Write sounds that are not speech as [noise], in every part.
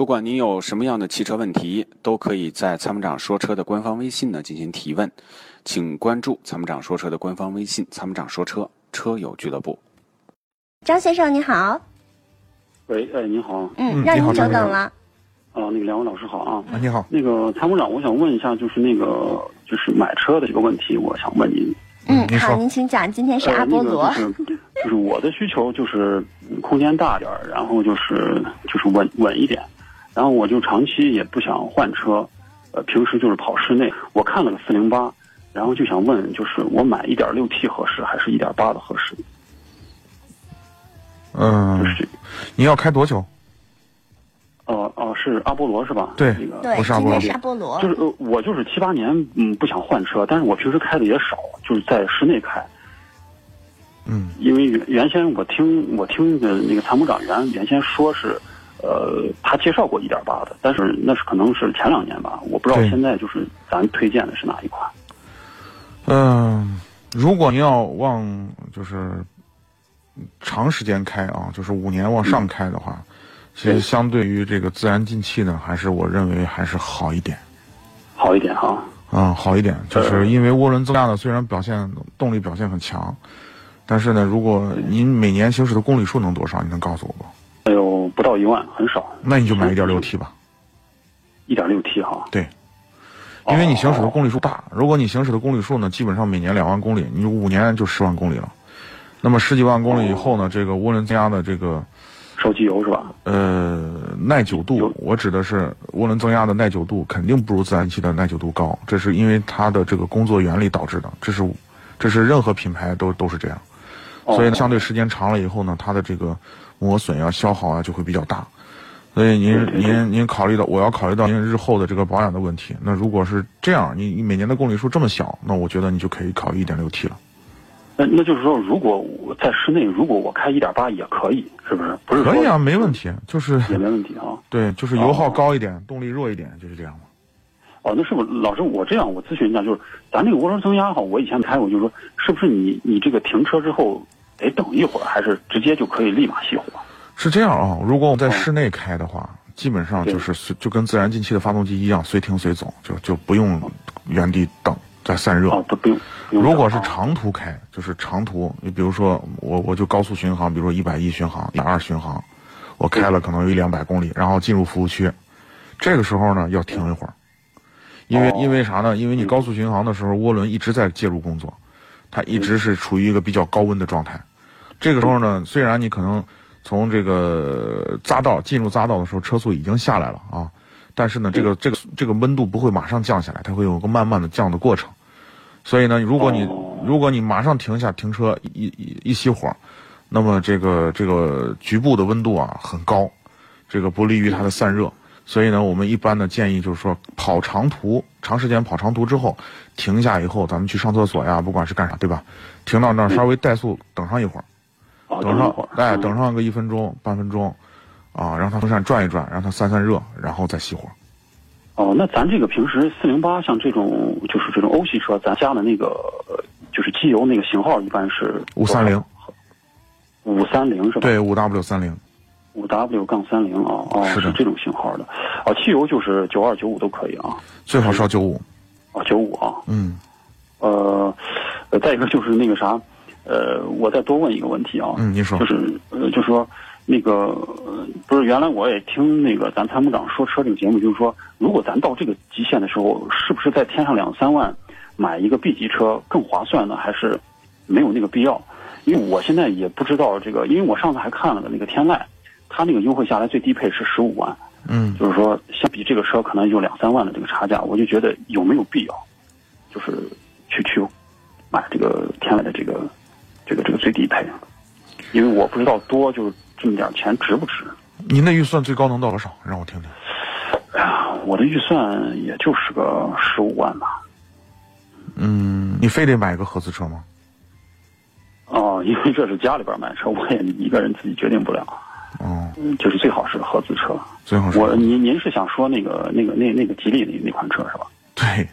不管您有什么样的汽车问题，都可以在参谋长说车的官方微信呢进行提问，请关注参谋长说车的官方微信“参谋长说车车友俱乐部张先生你好，喂，哎，您好，啊，嗯，嗯让你好您久张先等生了。那个两位老师好啊。啊，你好，那个参谋长，我想问一下，就是那个就是买车的这个问题，我想问您。嗯，您好，说您请讲。今天是呃阿波罗，那个就是就是我的需求就是嗯空间大点儿，然后就是就是稳稳一点，然后我就长期也不想换车，呃，平时就是跑室内。我看了个四零八，然后就想问，就是我买一点六 T 合适，还是一点八的合适？嗯就，是你嗯要开多久？哦哦、是阿波罗是吧？对那个对，我是阿今波罗天是阿波罗就。是呃，我就是七八年，嗯，不想换车，但是我平时开的也少，就是在室内开，嗯，因为原原先我听我听的那个参谋长原原先说是，呃，他介绍过一点八的，但是那是可能是前两年吧，我不知道对现在就是咱推荐的是哪一款。嗯，如果您要往就是长时间开啊，就是五年往上开的话，其实对相对于这个自然进气呢，还是我认为还是好一点好一点哈，啊、好一点。就是因为涡轮增压呢，虽然表现动力表现很强，但是呢，如果您每年行驶的公里数能多少，你能告诉我吗？哎呦，不到一万，很少。那你就买一点六 T 吧。一点六 T 哈，对，因为你行驶的哦公里数大，如果你行驶的公里数呢，基本上每年两万公里，你五年就十万公里了。那么十几万公里以后呢，这个涡轮增压的这个烧机油是吧？呃耐久有度，我指的是涡轮增压的耐久度肯定不如自然吸的耐久度高，这是因为它的这个工作原理导致的，这是这是任何品牌都都是这样。哦所以呢，相对时间长了以后呢，它的这个磨损啊、消耗啊就会比较大。所以您对对对您您考虑到，我要考虑到您日后的这个保养的问题。那如果是这样，你你每年的公里数这么小，那我觉得你就可以考虑一点六 T 了。那那就是说，如果我在室内，如果我开一点八也可以，是不是？不是可以说啊，没问，题，就是也没问题啊。对，就是油哦耗高一点，动力弱一点，就是这样嘛。哦，那是不是老师？我这样，我咨询一下，就是咱这个涡轮增压哈，我以前开过，就是说，是不是你你这个停车之后得等一会儿，还是直接就可以立马熄火？是这样啊，如果我们在哦室内开的话，基本上对就是随就跟自然进气的发动机一样，随停随走，就就不用原地等再散热。哦，不不用，不用等如果是啊长途开，就是长途，你比如说我我就高速巡航，比如说一百一巡航、一百二巡航，我开了可能有一两百公里，然后进入服务区，这个时候呢要停一会儿，因为、哦因为啥呢？因为你高速巡航的时候，涡轮一直在介入工作，它一直是处于一个比较高温的状态。这个时候呢，虽然你可能从这个匝道进入匝道的时候，车速已经下来了啊，但是呢，这个这个这个温度不会马上降下来，它会有个慢慢的降的过程。所以呢，如果你、哦如果你马上停下停车一一一熄火，那么这个这个局部的温度啊很高，这个不利于它的散热。所以呢，我们一般的建议就是说，跑长途、长时间跑长途之后，停下以后，咱们去上厕所呀，不管是干啥，对吧？停到那儿稍微怠速等上一会儿，哦等等一上会儿，哎，嗯等上个一分钟、半分钟，啊，让它风扇转一转，让它散散热，然后再熄火。哦，那咱这个平时四零八像这种就是这种欧系车，咱加的那个呃就是机油那个型号一般是530，五三零是吧？对，五 W 三零，五 W 杠三零啊，哦，是的这种型号的，哦，汽油就是九二九五都可以啊，最好烧九五。哦，九五啊，嗯，呃，呃再一个就是那个啥，呃，我再多问一个问题啊，嗯您说就是呃，就是说那个呃不是原来我也听那个咱参谋长说车这个节目，就是说如果咱到这个极限的时候，是不是再添上两三万买一个 B 级车更划算呢？还是没有那个必要？因为我现在也不知道这个，因为我上次还看了个那个天籁，它那个优惠下来最低配是十五万，嗯，就是说相比这个车可能有两三万的这个差价，我就觉得有没有必要，就是去去买这个天籁的这个这个这个最低配，因为我不知道多就是这么点钱值不值。您的预算最高能到多少？让我听听。哎呀，我的预算也就是个十五万吧。嗯，你非得买个合资车吗？哦，因为这是家里边买车，我也一个人自己决定不了，哦，嗯就是最好是个合资车。最好是我您您是想说那个那个那那个吉利那那款车是吧？对，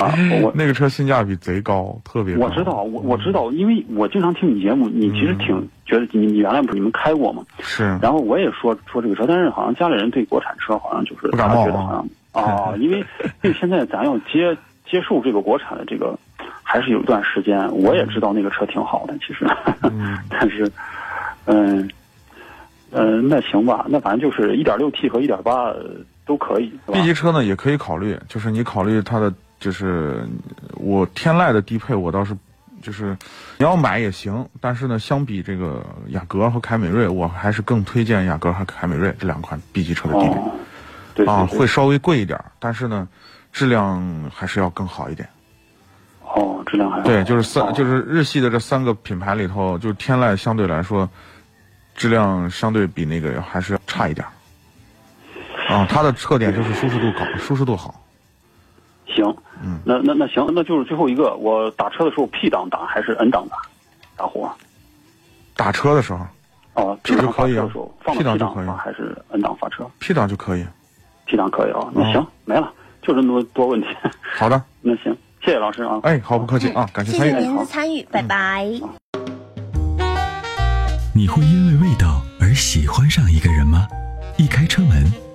啊，我那个车性价比贼高，特别高。我知道，我我知道，因为我经常听你节目，你其嗯实挺觉得你你原来不是你们开过吗？是，然后我也说说这个车，但是好像家里人对国产车好像就是不感他冒觉得好像啊，因为因为现在咱要接接受这个国产的这个，还是有一段时间。我也知道那个车挺好的，其实， [laughs] 但是，嗯、嗯、那行吧，那反正就是一点六 T 和一点八都可以，是吧 B 级车呢也可以考虑，就是你考虑它的，就是我天籁的低配，我倒是就是你要买也行，但是呢，相比这个雅阁和凯美瑞，我还是更推荐雅阁和凯美瑞这两款 B 级车的低配、哦，对对对啊，会稍微贵一点儿，但是呢，质量还是要更好一点。哦，质量还好对，就是三，哦就是日系的这三个品牌里头，就是天籁相对来说，质量相对比那个还是要差一点儿。啊，它的特点就是舒适度高，舒适度好。行，嗯那那那行，那就是最后一个，我打车的时候 P 档打还是 N 档打？打火打车的时候哦这，P 个档可发以车啊的时候放 P 到档 P 就档可以发还是 N 档发车，P 档就可以。 ？P 档可以啊，哦那行没了，就这么多多问题。 [laughs] 好的，那行，谢谢老师啊。哎，好，不客气啊，感谢谢参与。嗯谢您的参与，拜拜。你会因为味道而喜欢上一个人吗？一开车门，